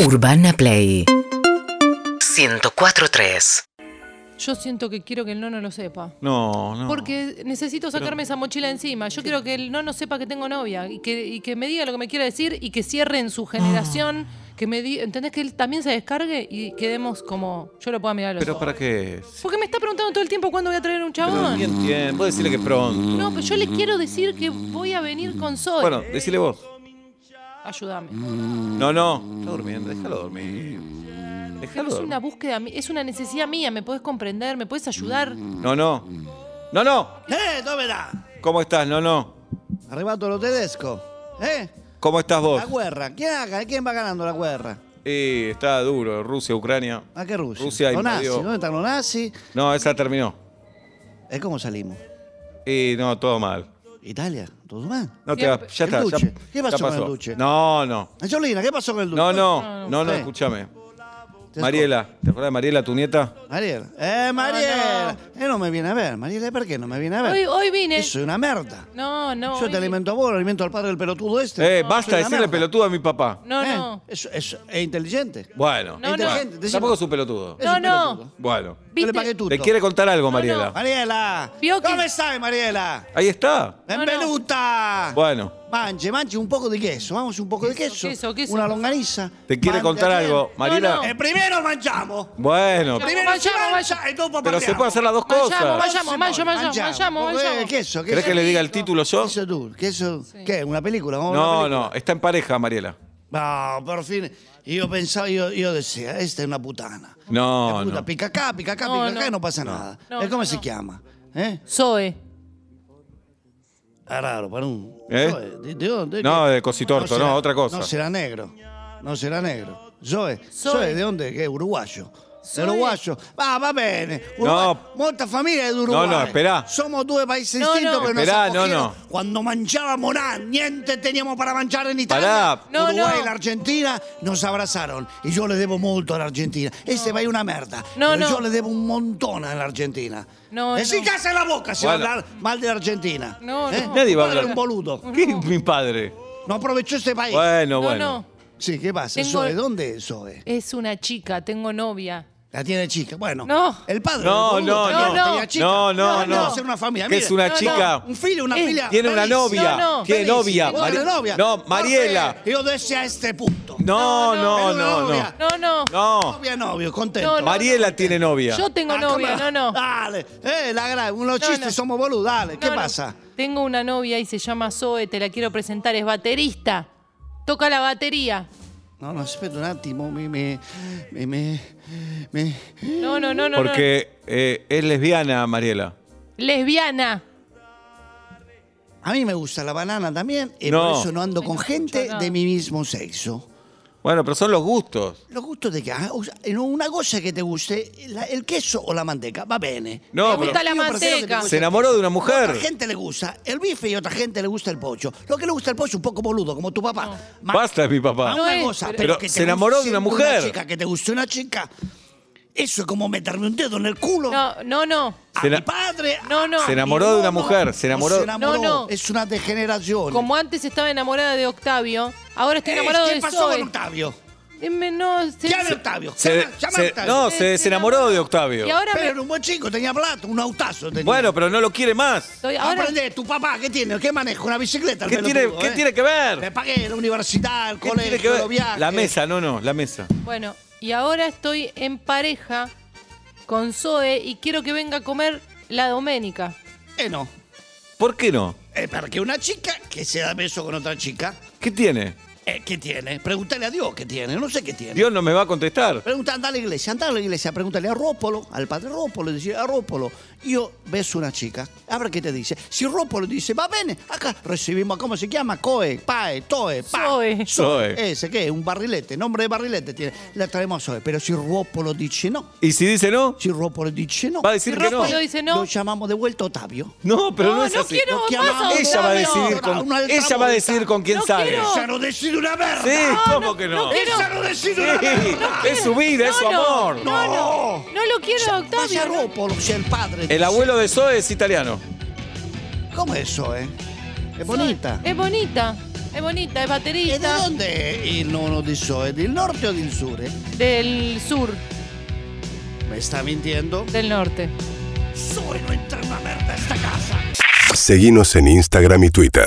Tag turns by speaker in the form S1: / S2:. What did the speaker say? S1: Urbana Play 104.3
S2: Yo siento que quiero que el nono lo sepa.
S3: No, no.
S2: Porque necesito sacarme esa mochila encima. Yo quiero que el nono sepa que tengo novia y que, y que me diga lo que me quiera decir y que cierre en su generación.
S3: Ah.
S2: Que me di- ¿Entendés? Que él también se descargue y quedemos como yo lo pueda mirar a los
S3: Pero
S2: ojos.
S3: para qué es.
S2: Porque me está preguntando todo el tiempo cuándo voy a traer un
S3: Pero ni
S2: chabón.
S3: entiende. Vos decirle que pronto.
S2: No, pero yo le quiero decir que voy a venir con Sol.
S3: Bueno, Mm. decile vos.
S2: Ayúdame.
S3: No, no. Está durmiendo, déjalo dormir. Déjalo
S2: Es una
S3: dormir.
S2: búsqueda, mí- es una necesidad mía. ¿Me puedes comprender? ¿Me puedes ayudar?
S3: No, no. No, no.
S4: Eh, tómela.
S3: ¿Cómo estás? No, no.
S4: Arrebato lo tedesco. Eh,
S3: ¿Cómo estás vos?
S4: la guerra. ¿Quién, haga- quién va ganando la guerra?
S3: Eh, está duro. Rusia, Ucrania.
S4: ¿A qué Rusia?
S3: Rusia
S4: los nazis.
S3: invadió.
S4: ¿Dónde están los nazis?
S3: No, esa terminó.
S4: Eh, ¿Cómo salimos?
S3: Eh, no, todo mal.
S4: Italia, todo mal.
S3: No te
S2: Siempre.
S3: va- ya
S4: El
S3: está. ya-
S4: Duce. ¿Qué
S3: ya
S4: pasó con el
S3: pasó.
S4: Duce?
S3: No, no.
S4: Angelina, ¿qué pasó con el
S3: No,
S4: dulce?
S3: no. No, no,
S4: Eh.
S3: escúchame. Mariela, ¿te acuerdas de Mariela, tu nieta?
S4: Mariela. Eh, Mariela. Eh, no me viene a ver. Mariela, ¿por qué no me viene a ver?
S2: Ah, Hoy, hoy vine.
S4: Yo soy una merda.
S2: No, no. eh.
S4: Yo
S2: hoy-
S4: te alimento a vos, alimento al padre del pelotudo este.
S3: Eh, basta
S4: soy
S3: de
S4: una
S3: decirle
S4: merda.
S3: pelotudo a mi papá.
S2: No,
S4: Eh,
S2: no.
S4: eso- eso es inteligente.
S3: Bueno,
S2: No, no.
S3: bueno,
S4: Decime.
S3: tampoco es un pelotudo.
S4: Es un
S2: no.
S4: pelotudo.
S3: Bueno.
S4: Yo le
S2: ¿Viste?
S4: pagué tuto.
S3: ¿Te quiere contar algo, Mariela?
S4: Mariela.
S2: Vio que-
S4: ¿Cómo estás, Mariela?
S3: Ahí está.
S4: En
S2: No, no.
S4: veluta.
S3: Bueno,
S4: Manche, manche un poco de queso, vamos un poco de queso.
S2: queso, queso.
S4: Una longaniza.
S3: ¿te quiere
S4: Mangia
S3: contar
S4: bien.
S3: algo, Mariela?
S2: No, no.
S4: Eh, primero mangiamo.
S3: Bueno,
S2: No,
S4: Primero si
S2: mangiamo,
S4: mangia
S2: mangia-
S4: e dopo
S3: pero se
S4: parliamo.
S3: puede hacer las dos
S2: Vayamos,
S3: cosas.
S2: Mangiamo, mangiamo, mangiamo, mangiamo,
S4: Eh,
S2: mangiamo.
S4: Queso, queso.
S3: ¿Querés que le diga el título yo?
S4: Queso duro, queso... ¿Qué? ¿Una película? ¿Vamos a ver
S3: No,
S4: una
S3: no, está en pareja, Mariela.
S4: película? No, por fin. Yo pensaba, yo, yo decía, esta es una putana.
S3: No,
S4: Puta,
S3: no.
S4: pica acá, pica acá,
S2: No,
S4: pica acá
S2: no.
S4: y no pasa nada.
S2: No,
S4: Eh, ¿Cómo
S2: no,
S4: se
S2: no.
S4: llama? ¿Eh?
S2: Zoe.
S4: Ah, Raro, para un...
S3: ¿Eh?
S4: Zoe, ¿De, de dónde?
S3: No,
S4: ¿Qué?
S3: de cositorto,
S4: será-
S3: no, otra cosa.
S4: No será negro. No será negro. Zoe.
S2: Zoe.
S4: Zoe, ¿de dónde? ¿Qué? Uruguayo.
S2: Zoe.
S4: Uruguayo. Va, va bene. Uruguay. Molta familia es de Uruguay.
S3: no, esperá.
S4: Somos dos países
S2: No,
S4: distintos,
S2: no.
S4: pero
S3: Esperá,
S4: nos
S3: no,
S4: acogieron.
S3: no.
S4: Cuando manchábamos nada, niente teníamos para manchar en Italia.
S3: Pará.
S2: No,
S4: Uruguay
S2: no.
S4: y la Argentina nos abrazaron. Y yo le debo mucho a la Argentina. Ese va a una merda.
S2: No,
S4: pero
S2: no.
S4: yo le debo un montón a la Argentina.
S2: No,
S4: Decí
S2: no.
S4: que hace la boca si
S3: Bueno.
S4: va a hablar mal de la Argentina.
S2: No, no.
S3: Nadie va a
S4: Padre
S3: hablar.
S4: ¿Eh? un boludo.
S3: ¿Qué es mi padre?
S4: No aprovechó este país.
S3: Bueno,
S2: No,
S3: bueno.
S2: no.
S4: Sí, ¿qué pasa?
S2: Tengo-
S4: Zoe, ¿dónde es Zoe?
S2: Es una chica, tengo novia.
S4: La tiene chica. Bueno,
S2: No.
S4: el padre.
S3: No,
S4: del boludo
S3: no,
S4: también
S2: no.
S4: tenía chica.
S3: No, no,
S4: Ahora
S2: no.
S4: va a ser una familia.
S3: Que
S4: mire.
S3: es
S2: No,
S3: una
S2: no.
S3: chica.
S4: Un filho, una
S2: Eh,
S4: fila.
S3: Tiene una
S4: feliz.
S3: novia.
S2: No, no.
S3: Tiene
S4: Feliz.
S3: novia.
S4: Vos tenés
S3: Mari-
S4: novia.
S3: No, Mariela.
S4: Yo deseo a este punto.
S3: No,
S2: No,
S3: no, no,
S4: no.
S3: no.
S2: No, no.
S3: No.
S4: Novia, novio, contento.
S2: No, no.
S3: Mariela tiene novia.
S2: Yo tengo
S4: Ah,
S2: novia, no,
S4: ¿cómo?
S2: no.
S4: Dale, eh, la grave, unos
S2: No,
S4: chistes,
S2: no.
S4: somos boludos, dale, ¿qué
S2: No, no.
S4: pasa?
S2: Tengo una novia y se llama Zoe, te la quiero presentar, es baterista. Toca la batería.
S4: No, no, espera un attimo, me, me, me, me, me-
S2: No, no, no, no. no.
S3: Porque eh, es lesbiana, Mariela.
S2: Lesbiana.
S4: A mí me gusta la banana también, y
S3: No.
S4: por eso no ando con gente
S2: nada.
S4: de mi mismo sexo.
S3: Bueno, pero son los gustos.
S4: Lo gusto de que ah, o sea, no, una cosa que te guste, la- el queso o la manteca, va bene.
S3: No,
S2: Me
S3: pero-
S2: gusta la
S4: Io prefiero que te
S2: manteca.
S4: guste
S3: Se enamoró de una
S4: A
S3: mujer.
S4: otra gente le gusta el bife y a otra gente le gusta el pocho. Lo que le gusta el pocho es un poco boludo, como tu papá. Ma-
S3: Basta de mi papá.
S4: ma- una
S2: No es,
S4: cosa,
S2: pero-
S4: pero,
S3: Pero
S4: que te
S3: se enamoró
S4: guste
S3: de una mujer.
S4: chica, que te guste una chica. Eso es como meterme un dedo en el culo
S2: No, no, no.
S4: a
S3: Se
S4: mi
S3: na-
S4: padre. a-
S2: No, no.
S3: Se enamoró de una mujer, se enamoró-
S4: No, se enamoró.
S2: No, no.
S4: Es una degeneración.
S2: Como antes estaba enamorada de Octavio, ahora estoy
S4: Eh,
S2: enamorado
S4: ¿Qué
S2: de
S4: pasó
S2: Zoe.
S4: con Octavio?
S2: Dime, no, se-
S4: ¿Qué habla Octavio?
S3: Se-
S4: Llama- llama a
S3: se-
S4: Octavio.
S3: no, se desenamoró de Octavio.
S2: Y ahora
S4: Pero
S2: me-
S4: era un buen chico, tenía plata, un autazo tenía.
S3: Bueno, pero no lo quiere más.
S2: estoy- ahora
S4: Aprende, tu papá, ¿qué tiene? ¿Qué maneja? ¿Una bicicleta? el
S3: ¿Qué tiene,
S4: pelotudo,
S3: qué
S4: eh?
S3: tiene que ver?
S4: Le pagué la universidad, el
S3: ¿Qué tiene que
S4: colegio,
S3: ver?
S4: los viajes.
S3: La mesa, no, no, la mesa.
S2: Bueno, y ahora estoy en pareja con Zoe y quiero que venga a comer la Doménica.
S4: Eh, no.
S3: ¿Por qué no?
S4: Eh, porque una chica que se da beso con otra chica,
S3: ¿Qué tiene?
S4: eh, ¿qué tiene? Pregúntale a Dios qué tiene, no sé qué tiene.
S3: Dios no me va a contestar.
S4: Pregunta, anda a la iglesia, anda a la iglesia, pregúntale a Rópolo, al padre Rópolo, y dice, a Rópolo, yo beso una chica, a ver qué te dice. Si Rópolo dice, va bene, acá recibimos, ¿cómo se llama? Coe, pae, toe, pa.
S2: Zoe.
S3: Zoe.
S4: Ese, ¿qué? Un barrilete, nombre de barrilete tiene. La traemos a Zoe, pero si Rópolo dice no,
S3: ¿Y si dice no?
S4: si Rópolo dice no.
S3: Va a decir
S2: Si
S3: que no.
S2: Rópolo dice no.
S4: Lo llamamos de vuelta a Otavio.
S3: No, pero no,
S2: No,
S3: es
S2: no
S3: así.
S2: quiero
S4: Lo que
S2: más
S4: amamos.
S2: a
S3: Ella va a
S2: Octavio.
S3: decidir con,
S4: Una alta
S3: ella va a
S4: vuelta.
S3: decir con quién
S2: No
S3: sale.
S2: quiero.
S4: no decide una verga.
S3: Sí,
S2: No,
S3: ¿cómo
S2: no,
S3: que no?
S2: no quiero.
S4: Ella no decide una
S3: Sí,
S4: verga.
S3: es su vida, es su
S2: No, no, No,
S3: amor.
S2: no,
S4: No.
S2: no, lo quiero,
S4: Vaya
S2: Octavio.
S4: Rópolo, si el padre.
S3: El abuelo de Zoe es italiano.
S4: ¿Cómo es eso, eh? Es bonita.
S2: Es bonita. Es bonita, es
S4: ¿E di
S2: baterista.
S4: dónde è il nono di Soe? Del norte o del sur?
S2: Del sur,
S4: ¿Me está mintiendo?
S2: del norte.
S4: Soy no entra una merda esta casa.
S1: Seguinos en Instagram y Twitter.